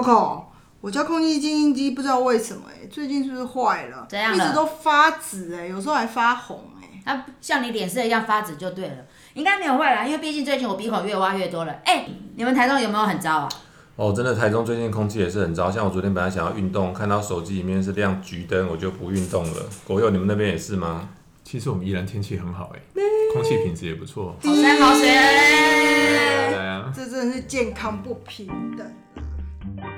Coco，我家空气净音机不知道为什么哎、最近是不是坏了？怎样一了直都发紫哎、有时候还发红哎、它像你脸色一样发紫就对了，应该没有坏啦，因为毕竟最近我鼻孔越挖越多了。哎、你们台中有没有很糟啊？哦，真的，台中最近空气也是很糟。像我昨天本来想要运动，看到手机里面是亮橘灯，我就不运动了。国佑，你们那边也是吗？其实我们宜兰天气很好哎、空气品质也不错。好山好水。来啊来啊，这真的是健康不平等。啊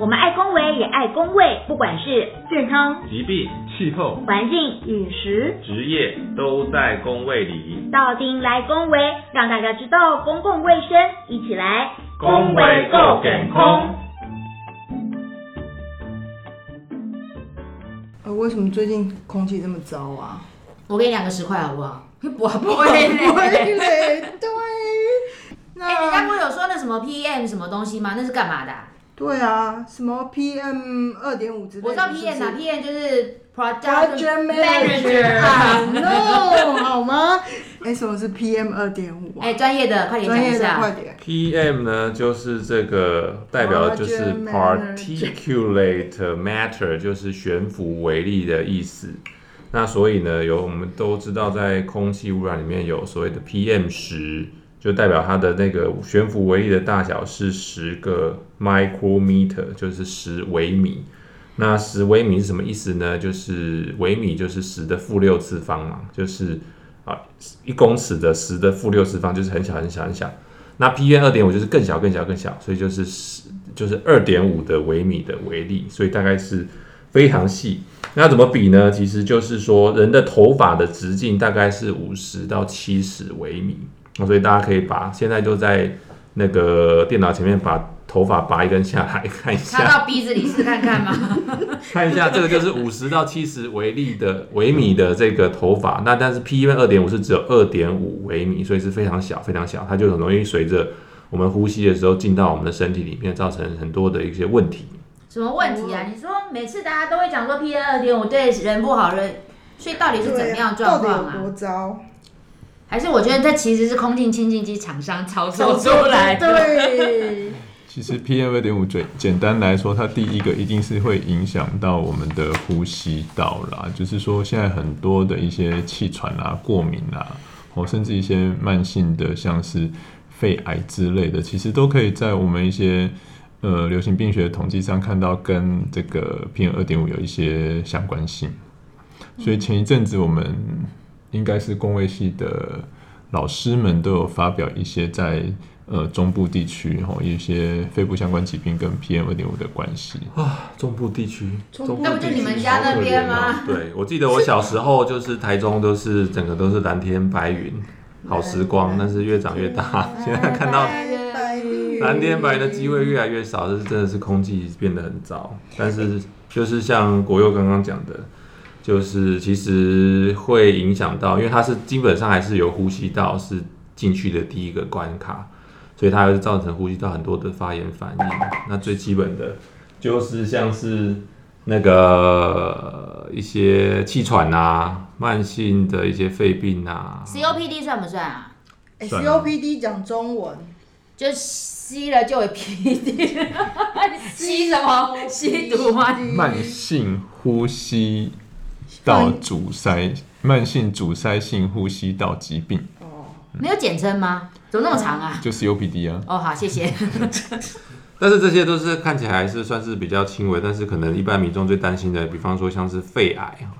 我们爱公维也爱公卫，不管是健康、疾病、气候环境、饮食，职业都在工位里。到丁来公维，让大家知道公共卫生，一起来公卫够健 康。呃，为什么最近空气这么糟 啊？我给你两个十块好不 好？我不会不会嘞。嘞，对。 哎、人家那不是有说那什么 PM 什么东西吗？那是干嘛的啊、对啊，什么 PM 二点五之类的。我知道啊 PM 是 哪不是 PM 就是 Project Manager 啊，No 好吗？哎，什么是 PM 二点五啊哎、？专业的，快点专讲一业的快下。点。 PM 呢，就是这个代表的就是 Particulate particulate matter，就是悬浮微粒的意思。那所以呢，有我们都知道，在空气污染里面有所谓的 PM 十，就代表它的那个悬浮微粒的大小是十个 micrometer，就是十微米。那十微米是什么意思呢？就是微米就是十的负六次方嘛，就是啊一公尺的十的负六次方，就是很小很小很小。那 PM 二点五就是更小、更小、更小，所以就是十，就是二点五的微米的微粒，所以大概是非常细。那怎么比呢？其实就是说，人的头发的直径大概是五十到七十微米，那所以大家可以把现在就在那个电脑前面把头发拔一根下来 看一插下，到鼻子里试看看吗？ 看一下这个就是五十到七十微粒的微米的这个头发。那但是 PM 二点五是只有二点五微米，所以是非常小、非常小，它就很容易随着我们呼吸的时候进到我们的身体里面，造成很多的一些问题。什么问题啊？你说每次大家都会讲说 PM 二点五对人不好人，所以到底是怎么样的对啊状况到啊底？有多糟？还是我觉得这其实是空气清净机厂商操作出来的。对，其实 PM 二点五最简单来说，它第一个一定是会影响到我们的呼吸道啦，就是说现在很多的一些气喘啊、过敏啊，哦，甚至一些慢性的像是肺癌之类的，其实都可以在我们一些呃流行病学统计上看到跟这个 PM 二点五有一些相关性。所以前一阵子我们应该是工卫系的老师们都有发表一些在呃中部地区吼一些肺部相关疾病跟 PM 二点五的关系。啊中部地区，中部那不就你们家那边吗？对，我记得我小时候就是台中都是整个都是蓝天白云，好时光，但是越长越大，现在看到白哎白云蓝天白的机会越来越少，这是真的是空气变得很糟。但是就是像国佑刚刚讲的，就是其实会影响到，因为它是基本上还是由呼吸道是进去的第一个关卡，所以它还是造成呼吸道很多的发炎反应。那最基本的就是像是那个呃一些气喘啊、慢性的一些肺病啊， COPD 算不算啊？哎算 COPD 讲中文，就吸了就有 PD，吸什么？吸毒吗？慢性呼吸道阻塞，慢性阻塞性呼吸道疾病没有简称吗？怎么那么长啊？就是 COPD 啊。哦，好，谢谢。但是这些都是看起来是算是比较轻微，但是可能一般民众最担心的，比方说像是肺癌哈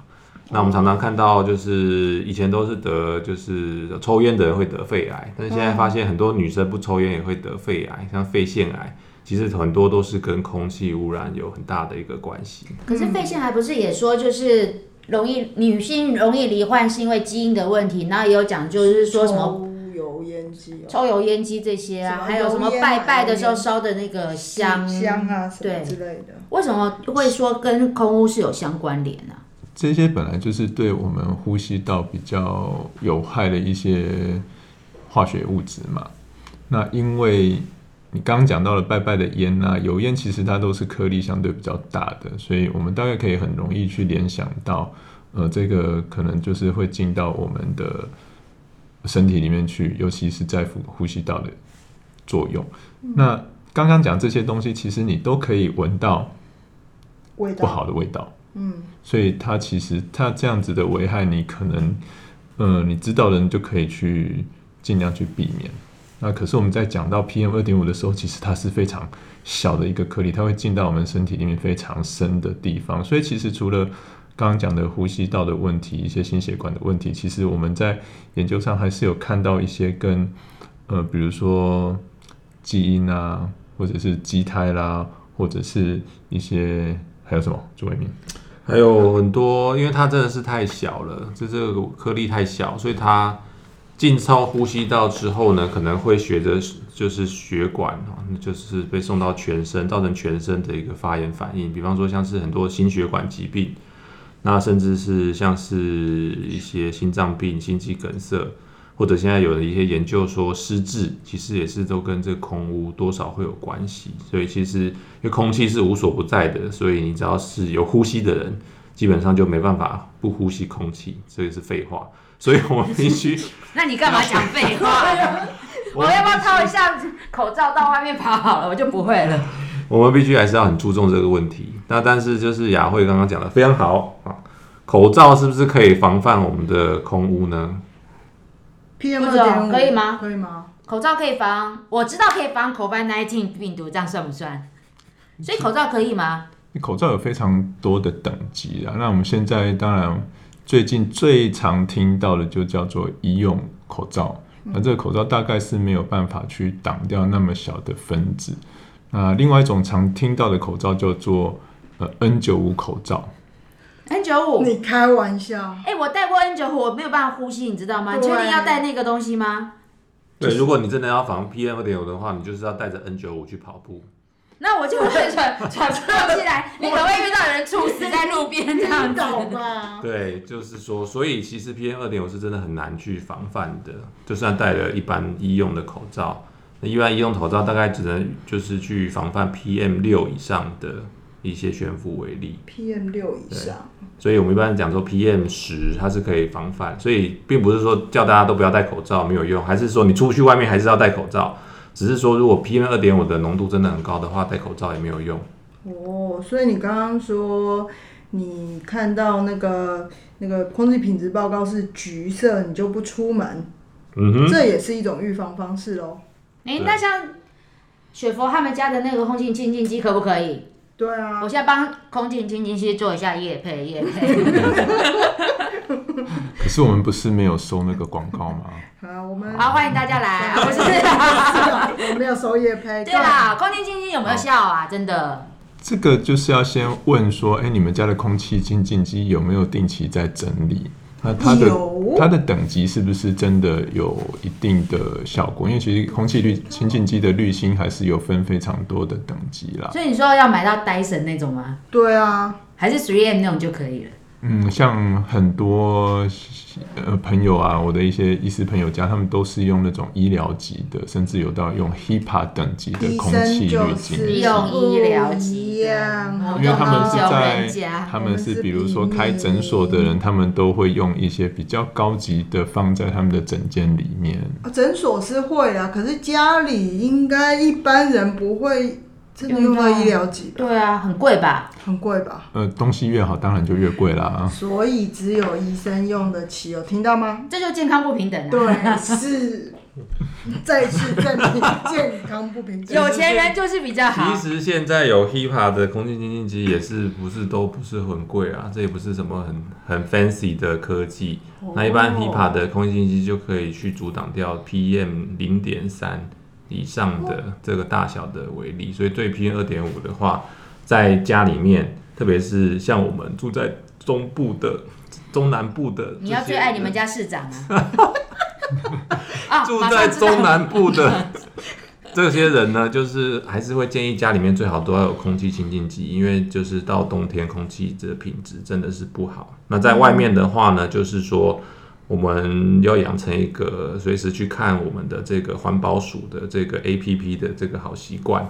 那我们常常看到，就是以前都是得就是抽烟的人会得肺癌，但是现在发现很多女生不抽烟也会得肺癌，像肺腺癌，其实很多都是跟空气污染有很大的一个关系。可是肺腺癌不是也说就是容易女性容易罹患是因为基因的问题，然后也有讲就是说什么抽油烟机哦，抽油烟机这些什啊，么还有什么油烟啊拜拜的时候油烟烧的那个香香啊什么对之类的。为什么会说跟空屋是有相关联啊呢、这些本来就是对我们呼吸道比较有害的一些化学物质嘛。那因为你刚刚讲到了拜拜的烟啊，油烟其实它都是颗粒相对比较大的，所以我们大概可以很容易去联想到，呃，这个可能就是会进到我们的身体里面去，尤其是在呼呼吸道的作用。那刚刚讲这些东西，其实你都可以闻到味道不好，的味道，嗯，所以它其实它这样子的危害，你可能，呃，你知道的人就可以去尽量去避免。那可是我们在讲到 PM 二点五的时候，其实它是非常小的一个颗粒，它会进到我们身体里面非常深的地方。所以其实除了刚刚讲的呼吸道的问题，一些心血管的问题，其实我们在研究上还是有看到一些跟呃，比如说基因啊，或者是畸胎啦，或者是一些还有什么？朱伟明。还有很多，因为它真的是太小了，就这个颗粒太小，所以它进超呼吸道之后呢，可能会学着就是血管哦，那就是被送到全身，造成全身的一个发炎反应。比方说像是很多心血管疾病，那甚至是像是一些心脏病、心肌梗塞，或者现在有的一些研究说失智，其实也是都跟这个空污多少会有关系。所以其实因为空气是无所不在的，所以你只要是有呼吸的人，基本上就没办法不呼吸空气，这个是废话。所以我们必须， 那你干嘛讲废话？我要不要掏一下口罩到外面跑好了？我就不会了。我们必须还是要很注重这个问题。那但是就是雅慧刚刚讲的非常好啊，口罩是不是可以防范我们的空污呢？ ，PM 不二知道点五可以吗可以吗？口罩可以防，我知道可以防 COVID-19 病毒，这样算不算？所以口罩可以吗？口罩有非常多的等级啊。那我们现在当然最近最常听到的就叫做医用口罩。那这个口罩大概是没有办法去挡掉那么小的分子。那另外一种常听到的口罩叫做呃 N 9 5口罩。 N 九五，你开玩笑，哎，我戴过 N 九五，我没有办法呼吸，你知道吗？你确定对要戴那个东西吗？对，如果你真的要防 PM 二点五的话，你就是要带着 N 9 5去跑步。那我就会喘喘不过气来，你可能会遇到人猝死在路边这样晕子。倒吧？对，就是说，所以其实 PM 二点五是真的很难去防范的。就算戴了一般医用的口罩，那一般医用口罩大概只能就是去防范 PM 六以上的一些悬浮微粒。 ，PM 六以上，所以我们一般讲说 PM 十它是可以防范，所以并不是说叫大家都不要戴口罩没有用，还是说你出去外面还是要戴口罩，只是说如果 PM 二点五的浓度真的很高的话，戴口罩也没有用。哦，所以你刚刚说你看到那个那个空气品质报告是橘色，你就不出门，嗯哼，这也是一种预防方式喽。哎，那像雪佛他们家的那个空气清净机可不可以？对啊我，现在帮空气清净机做一下夜配夜配。可是我们不是没有收那个广告吗？好，我们好，欢迎大家来，啊不是？ 我没有收夜拍，对啦，空气清净有没有效啊？真的。这个就是要先问说，哎、你们家的空气清净机有没有定期在整理？那它的有它的等级是不是真的有一定的效果？因为其实空气滤清净机的滤芯还是有分非常多的等级啦。所以你说要买到 Dyson 那种吗？对啊，还是 3M 那种就可以了？嗯，像很多呃朋友啊，我的一些医师朋友家，他们都是用那种医疗级的，甚至有到用 HEPA 等级的医空生气就滤净是医用医疗级一的样，好因不因为他们好是小人在家，他们是比如说开诊所的人，他们都会用一些比较高级的放在他们的诊间里面。诊所是会啦，可是家里应该一般人不会真的用到医疗级吧？对啊，很贵吧？很贵吧？呃，东西越好，当然就越贵啦。所以只有医生用得起，有听到吗？这就健康不平等啊！对，是再次证明健康不平等。有钱人就是比较好其。实现在有 HEPA 的空气清净机也是不是都不是很贵啊，这也不是什么很很 fancy 的科技。哦那一般 HEPA 的空气清净机就可以去阻挡掉 PM 零点三以上的这个大小的微粒，所以对 PM 二点五的话，在家里面，特别是像我们住在中部的、中南部的，你要最爱你们。家市长啊！ 啊住马在上知道中南部的 这些人呢，就是还是会建议家里面最好都要有空气清净机，因为就是到冬天空气的品质真的是不好。那在外面的话呢，就是说我们要养成一个随时去看我们的这个环保署的这个 A P P 的这个好习惯。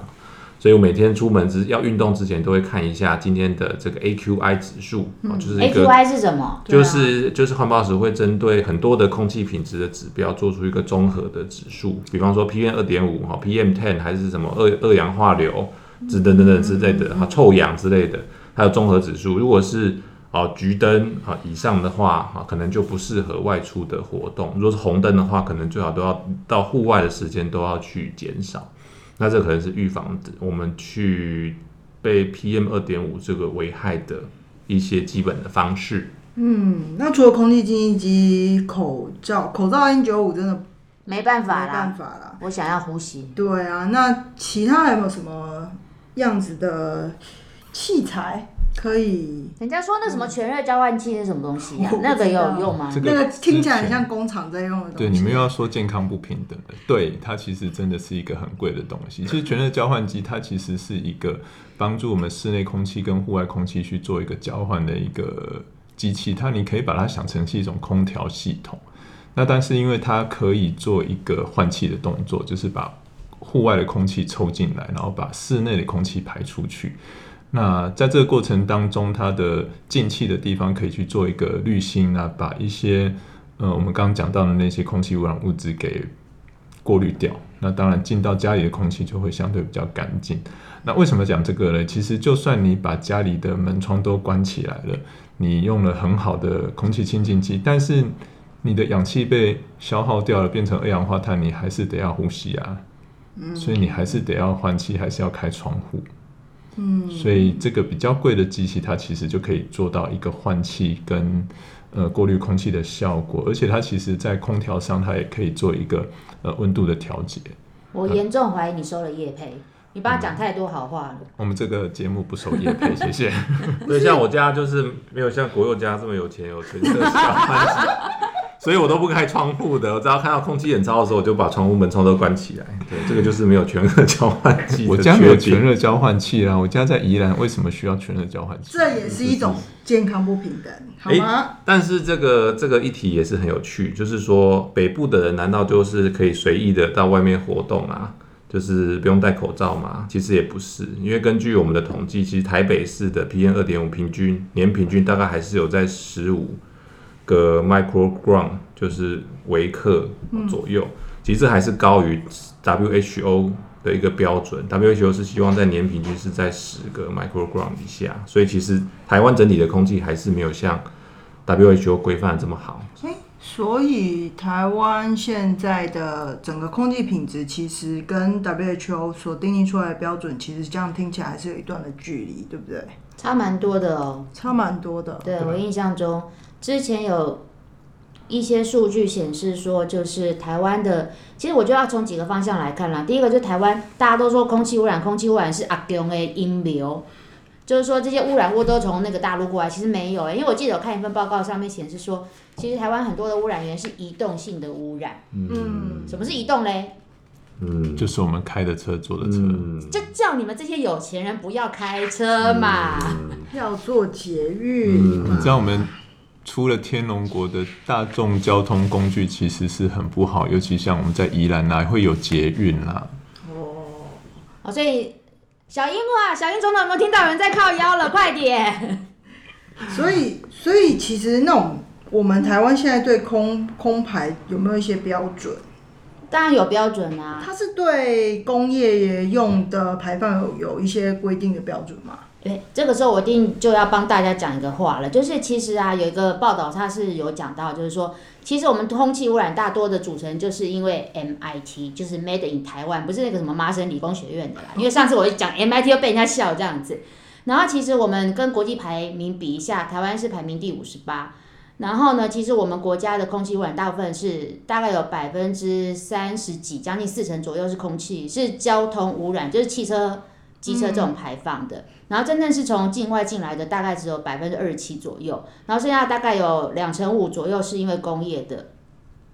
所以我每天出门之要运动之前都会看一下今天的这个 AQI 指数，哦就是一个 AQI 是什么？对啊就是就是环保署会针对很多的空气品质的指标做出一个综合的指数，比方说 PM 二点五哈、PM ten 还是什么二二氧化硫嗯之等等等之类的，哈、臭氧之类的，还有综合指数。如果是哦橘灯啊以上的话，啊可能就不适合外出的活动；如果是红灯的话，可能最好都要到户外的时间都要去减少。那这可能是预防我们去被 PM 二点五这个危害的一些基本的方式。嗯，那除了空气净化机、口罩，口罩 N 九五真的没没办法办啦，法啦。我想要呼吸。对啊，那其他有没有什么样子的器材可以？人家说那什么全热交换器是什么东西呀、我不那个知道有用吗这？那个听起来很之前像工厂在用的东西。对，你们又要说健康不平等了，对它其实真的是一个很贵的东西。其实全热交换机它其实是一个帮助我们室内空气跟户外空气去做一个交换的一个机器，它你可以把它想成是一种空调系统。那但是因为它可以做一个换气的动作，就是把户外的空气抽进来，然后把室内的空气排出去。那在这个过程当中，它的进气的地方可以去做一个滤芯啊，把一些呃我们刚刚讲到的那些空气污染物质给过滤掉。那当然，进到家里的空气就会相对比较干净。那为什么讲这个呢？其实就算你把家里的门窗都关起来了，你用了很好的空气清净机，但是你的氧气被消耗掉了，变成二氧化碳，你还是得要呼吸啊。所以你还是得要换气，还是要开窗户。嗯，所以这个比较贵的机器，它其实就可以做到一个换气跟呃过滤空气的效果，而且它其实在空调上，它也可以做一个呃温度的调节。我严重怀疑你收了叶配，你帮他讲太多好话了。我们这个节目不收业配，谢谢。所以像我家就是没有像国佑家这么有钱，有全色小欢喜，所以我都不开窗户的。我只要看到空气很糟的时候，我就把窗户门窗都关起来。对，这个就是没有全热交换器我的家没有缺全点。热交换器啊啦，我家在宜兰，为什么需要全热交换器？这也是一种健康不平等，好吗？但是这个这个议题也是很有趣，就是说北部的人难道就是可以随意的到外面活动啊？就是不用戴口罩吗？其实也不是，因为根据我们的统计，其实台北市的 PM 二点五平均年平均大概还是有在十五个 microgram，就是微克左右，其实还是高于 WHO 的一个标准。WHO 是希望在年平均是在十个 microgram 以下，所以其实台湾整体的空气还是没有像 WHO 规范得这么好。诶所以台湾现在的整个空气品质，其实跟 WHO 所定义出来的标准，其实这样听起来还是有一段的距离，对不对？差蛮多的哦。差蛮多的。对我印象中，之前有一些数据显示说，就是台湾的，其实我就要从几个方向来看啦。第一个就是台湾，大家都说空气污染，空气污染是阿公的引流。就是说，这些污染物都从那个大陆过来，其实没有、欸，因为我记得我看一份报告，上面显示说，其实台湾很多的污染源是移动性的污染。嗯，什么是移动嘞？嗯，就是我们开的车坐的车，就叫你们这些有钱人不要开车嘛。要做节育，你知道我们出了天龙国的大众交通工具其实是很不好，尤其像我们在宜兰啦、会有捷运啊啦、哦，所以小樱啊，小樱总统有没有听到有人在靠腰了？快点！所以所以其实那种我们台湾现在对空空排有没有一些标准？当然有标准啊。它是对工业用的排放有有一些规定的标准吗？对，这个时候我一定就要帮大家讲一个话了，就是其实啊，有一个报道它是有讲到，就是说，其实我们空气污染大多的组成就是因为 MIT，就是 Made in 台湾，不是那个什么麻省理工学院的啦，因为上次我一讲 MIT 又被人家笑这样子。然后其实我们跟国际排名比一下，台湾是排名第五十八。然后呢，其实我们国家的空气污染大部分是大概有百分之三十几，将近四成左右是空气是交通污染，就是汽车、机车这种排放的。然后真正是从境外进来的大概只有百分之二十七左右，然后剩下大概有两成五左右是因为工业的，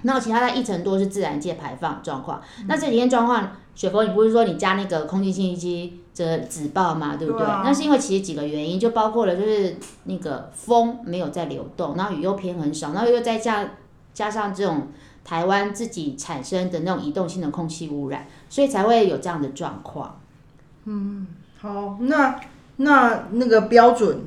那其他的一成多是自然界排放状况。那这几天状况，雪峰，你不是说你家那个空气清新机的纸报嘛，对不对对？啊那是因为其实几个原因，就包括了就是那个风没有在流动，然后雨又偏很少，然后又再加加上这种台湾自己产生的那种移动性的空气污染，所以才会有这样的状况。好，那那那个标准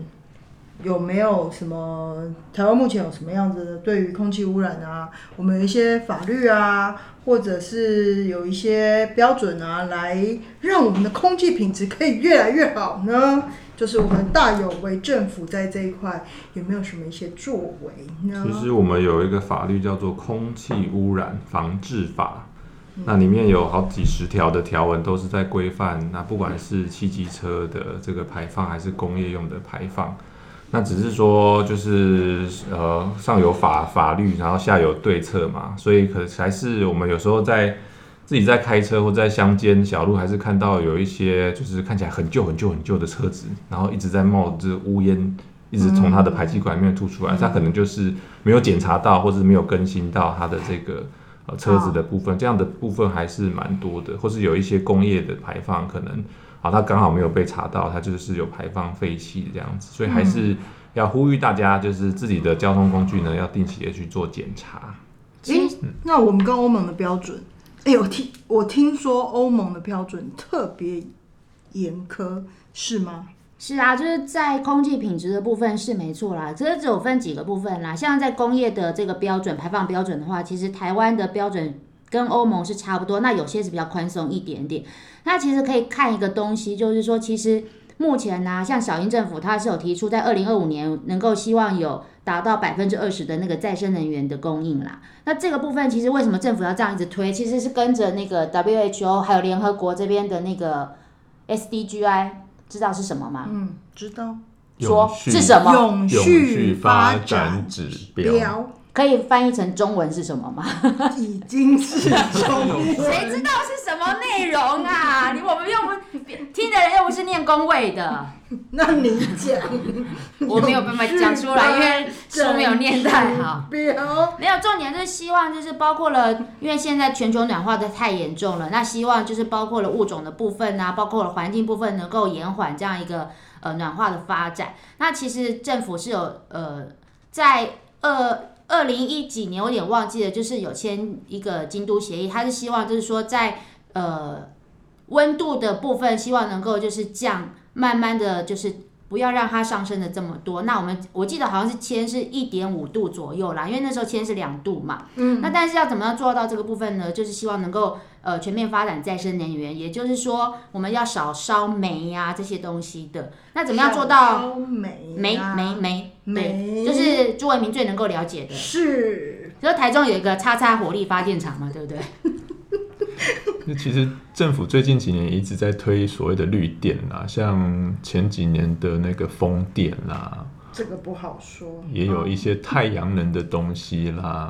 有没有什么？台湾目前有什么样子的对于空气污染啊，我们有一些法律啊，或者是有一些标准啊，来让我们的空气品质可以越来越好呢？就是我们大有为政府在这一块有没有什么一些作为呢？其实我们有一个法律叫做《空气污染防治法》，那里面有好几十条的条文都是在规范，那不管是汽机车的这个排放，还是工业用的排放，那只是说就是呃上有法法律，然后下有对策嘛，所以可还是我们有时候在。自己在开车或在乡间小路，还是看到有一些就是看起来很旧、很旧、很旧的车子，然后一直在冒着乌烟，一直从它的排气管里面吐出来。它可能就是没有检查到，或者是没有更新到它的这个呃车子的部分，这样的部分还是蛮多的。或是有一些工业的排放，可能啊它刚好没有被查到，它就是有排放废气这样子，所以还是要呼吁大家，就是自己的交通工具呢，要定期的去做检查。诶、那我们跟欧盟的标准，哎、我听我听说欧盟的标准特别严苛，是吗？是啊，就是在空气品质的部分是没错啦，这只有分几个部分啦。像在工业的这个标准排放标准的话，其实台湾的标准跟欧盟是差不多，那有些是比较宽松一点点。那其实可以看一个东西，就是说其实。目前呢、像小英政府它是有提出，在二零二五年能够希望有达到百分之二十的那个再生能源的供应啦。那这个部分其实为什么政府要这样一直推，其实是跟着那个 WHO 还有联合国这边的那个 SDGI，知道是什么吗？嗯，知道。说永续是什么？永永续续发发展展指标，标可以翻译成中文是什么吗？已经是中国谁知道是什么内容 啊？你我们又不听的人又不是念工位的，那你讲我没有办法讲出来，因为书没有念太好。标，没有，重点就是希望就是包括了，因为现在全球暖化的太严重了，那希望就是包括了物种的部分啊，包括了环境部分能够延缓这样一个呃暖化的发展。那其实政府是有呃在二二零一几年，我有点忘记了，就是有签一个京都协议，它是希望就是说在呃温度的部分，希望能够就是降，慢慢的就是不要让它上升的这么多。那我们我记得好像是铅是一点五度左右啦，因为那时候铅是两度嘛。嗯。那但是要怎么样做到这个部分呢？就是希望能够呃全面发展再生能源，也就是说我们要少烧煤呀、这些东西的。那怎么样做到小美煤啊煤煤？对，煤就是朱文明最能够了解的。是就是台中有一个叉叉火力发电厂嘛，对不对？那其实政府最近几年一直在推所谓的绿电啦，像前几年的那个风电啦，这个不好说，也哦有一些太阳能的东西啦。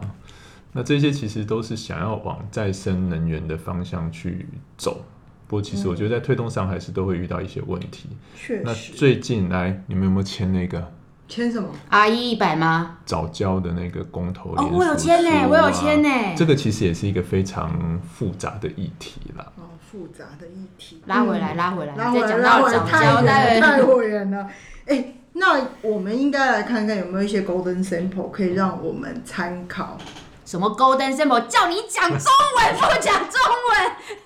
那这些其实都是想要往再生能源的方向去走。不过，其实我觉得在推动上还是都会遇到一些问题。嗯确那实最近来，你们有没有签那个签什么？阿 E 一一百吗？早教的那个公投、哦我有签呢我有签呢啊这个其实也是一个非常复杂的议题啦。哦，复杂的议题，拉回来，拉回来，拉再回来，讲拉到回来，早太教，远了，待太会远了。哎，那我们应该来看看有没有一些 golden sample 可以让我们参考。什么 golden sample 叫你讲中文不讲中文，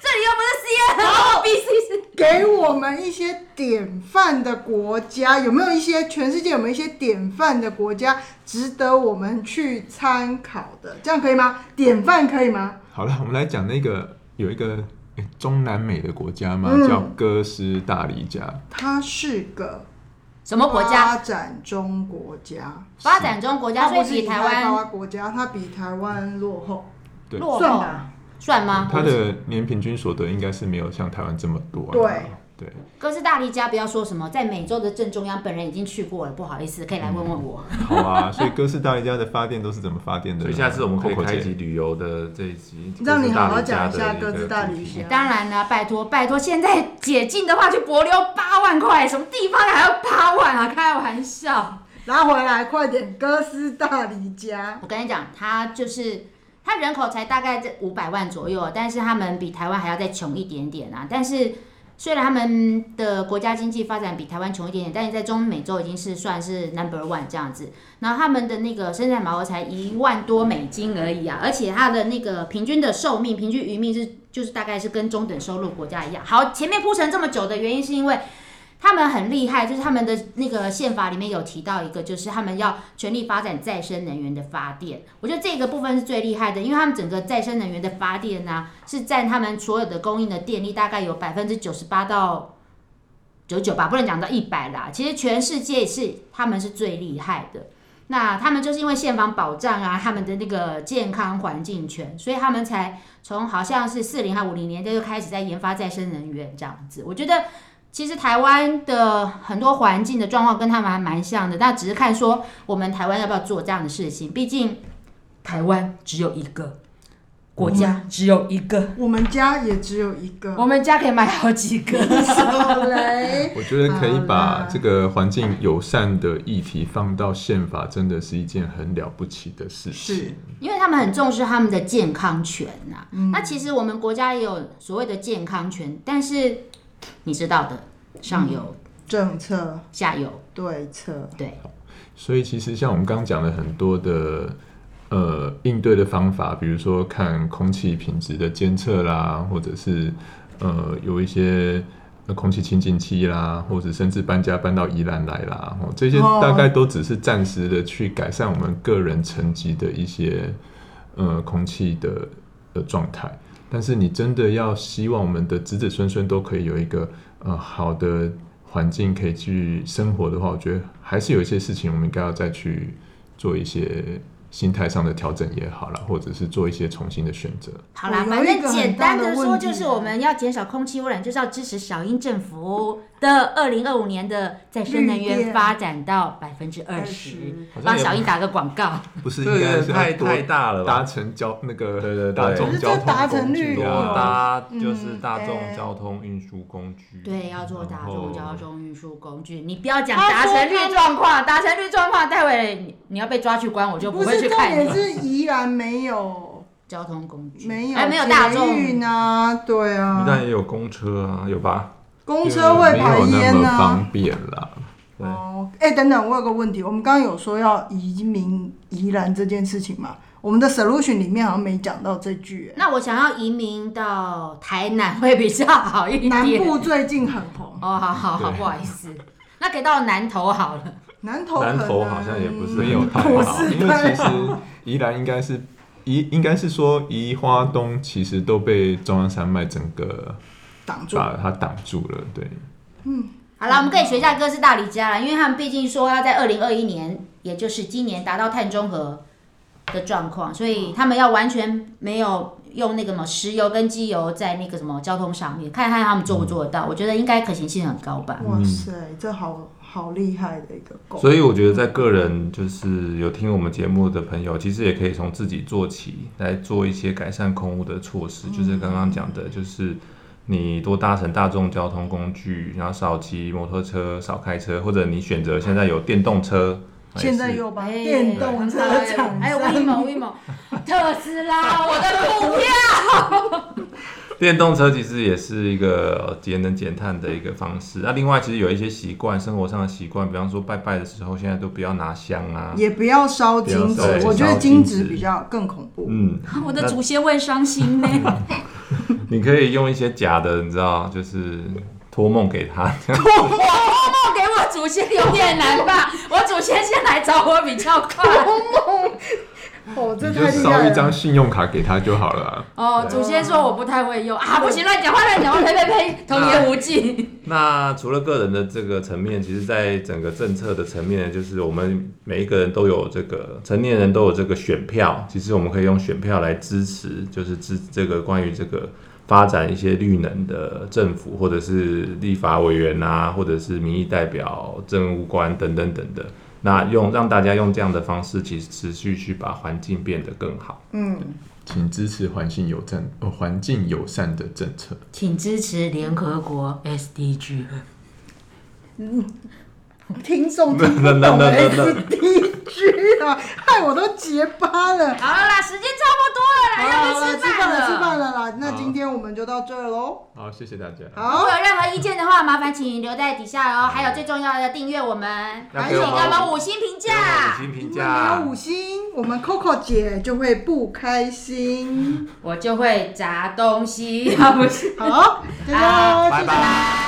这里又不是 C N O B C 给我们一些典范的国家，有没有一些全世界有没有一些典范的国家值得我们去参考的？这样可以吗？典范可以吗？好了，我们来讲那个有一个诶中南美的国家嘛，嗯叫哥斯达黎加。它是个什么国发家？展中国家，发展中国家，它所以不是比已开台发湾国家，它比台湾落后，对，啊落算后，吧？算吗？它的年平均所得应该是没有像台湾这么多啊。对对，哥斯达黎加不要说什么，在美洲的正中央，本人已经去过了，不好意思，可以来问问我。好啊。 所以哥斯达黎加的发电都是怎么发电的所呢？以下次我们可以 Coco 开一集姐旅游的这一集，让你好好哥斯达讲一下黎加的各个自大主旅题行。当然啦、拜托拜托，现在解禁的话，去博流八万块，什么地方还要八万啊？开玩笑。拉回来，快点，哥斯达黎加。我跟你讲，它就是它人口才大概在五百万左右，但是他们比台湾还要再穷一点点啊。但是虽然他们的国家经济发展比台湾穷一点点，但是在中美洲已经是算是 number one 这样子。然后他们的那个生产毛额才一万多美金而已啊，而且它的那个平均的寿命，平均余命是就是大概是跟中等收入国家一样。好，前面铺陈这么久的原因是因为。他们很厉害，就是他们的那个宪法里面有提到一个，就是他们要全力发展再生能源的发电。我觉得这个部分是最厉害的，因为他们整个再生能源的发电呢、是占他们所有的供应的电力大概有百分之九十八到九九吧，不能讲到一百啦。其实全世界是他们是最厉害的。那他们就是因为宪法保障啊，他们的那个健康环境权，所以他们才从好像是四零还五零年代就开始在研发再生能源这样子。我觉得其实台湾的很多环境的状况跟他们还蛮像的，那只是看说我们台湾要不要做这样的事情。毕竟台湾只有一个国家，只有一个，我们家也只有一个我，们家可以买好几个。少来，我觉得可以好把啊啦这个环境友善的议题放到宪法，真的是一件很了不起的事是情。因为他们很重视他们的健康权呐、那其实我们国家也有所谓的健康权，但是你知道的，上游、政策下游，对策，对，所以其实像我们刚刚讲的很多的呃应对的方法，比如说看空气品质的监测啦，或者是呃有一些。呃空气清净机啦，或者甚至搬家搬到宜兰来啦，哦，这些哦大概都只是暂时的去改善我们个人层级的一些呃空气的的状态。但是你真的要希望我们的子子孙孙都可以有一个呃好的环境可以去生活的话，我觉得还是有一些事情我们应该要再去做一些心态上的调整也好啦，或者是做一些重新的选择。好啦，我反有一正个简很大单的的说问题就是我们要减少空气污染，就是要支持小英政府的二零二五年的再生能绿源电发展到百分之二十，帮小英打个广告。不是这个太太大了搭吧？乘交那个对对对大众交可是这达通成工率具多有啊，搭就是大众嗯交通运输工具，对，要做大众嗯然后交通运输工具。你不要讲他达说成他率状况，达成率状况，待会你你要被抓去关，我就不会是去重看点你。是宜兰没 有交通工具没有哎，没有大捷运众，啊，对宜兰啊，也有公车啊，有吧？公车会没排有那烟么啊。方便啦。对，哦，哎、等等，我有个问题，我们刚刚有说要移民宜兰这件事情嘛？我们的 solution 里面好像没讲到这句、那我想要移民到台南会比较好一哎点。南部最近很红，哦，好好好，对不好意思，那给到南投好了。南投南投可能好像也不是没有太不好，是 因为太其好实宜兰应该是宜应该是说宜花东其实都被中央山脉整个挡住。把它挡住了，对，好了，我们可以学一下哥斯达黎加了，因为他们毕竟说要在二零二一年，也就是今年达到碳中和的状况，所以他们要完全没有用那个什么石油跟机油在那个什么交通上面，看看他们做不做得到。我觉得应该可行性很高吧。哇塞，这好好厉害的一个狗。所以我觉得在个人就是有听我们节目的朋友，其实也可以从自己做起，来做一些改善空污的措施。嗯就是刚刚讲的，就是你多搭乘大众交通工具，然后少骑摩托车，少开车，或者你选择现在有电动车，现在也是又把哎电动车厂还有威商猛威猛，特斯拉，我的股票。电动车其实也是一个呃节能减碳的一个方式。啊那另外，其实有一些习惯，生活上的习惯，比方说拜拜的时候，现在都不要拿香啊。也不要烧金不纸要烧金，纸我觉得金纸比较更恐怖。嗯，我的祖先会伤心呢。你可以用一些假的，你知道，就是托梦给他。我给我祖先有点难吧，我祖先先来找我比较快。哦，这你就太厉烧害一张了！信用卡给他就好了啊。哦，祖先说我不太会用啊，不行，乱讲话，乱讲话，呸呸呸，童言无忌。那除了个人的这个层面，其实在整个政策的层面，就是我们每一个人都有这个成年人都有这个选票，其实我们可以用选票来支持，就是支这个关于这个发展一些绿能的政府，或者是立法委员啊，或者是民意代表、政务官等等等的。那用让大家用这样的方式，其实持续去把环境变得更好。嗯，请支持环境友善、呃环境友善的政策。请支持联合国 SDG。听众听不 那那懂那那那 S D G 啊，害我都结巴了。好了啦，时间差好不了多好了啦，了，要去哎吃饭了吃了。饭了啦。那好今天我们就到这儿喽。好，谢谢大家。如好果，有任何意见的话，麻烦请留在底下哦。还有最重要的，订阅我们，要而给且给我我们们五星评价。五星评因为没价啊有，五星，我们 Coco 姐就会不开心。嗯 我就会砸东西，啊不是。好，再见好喽，拜谢谢拜。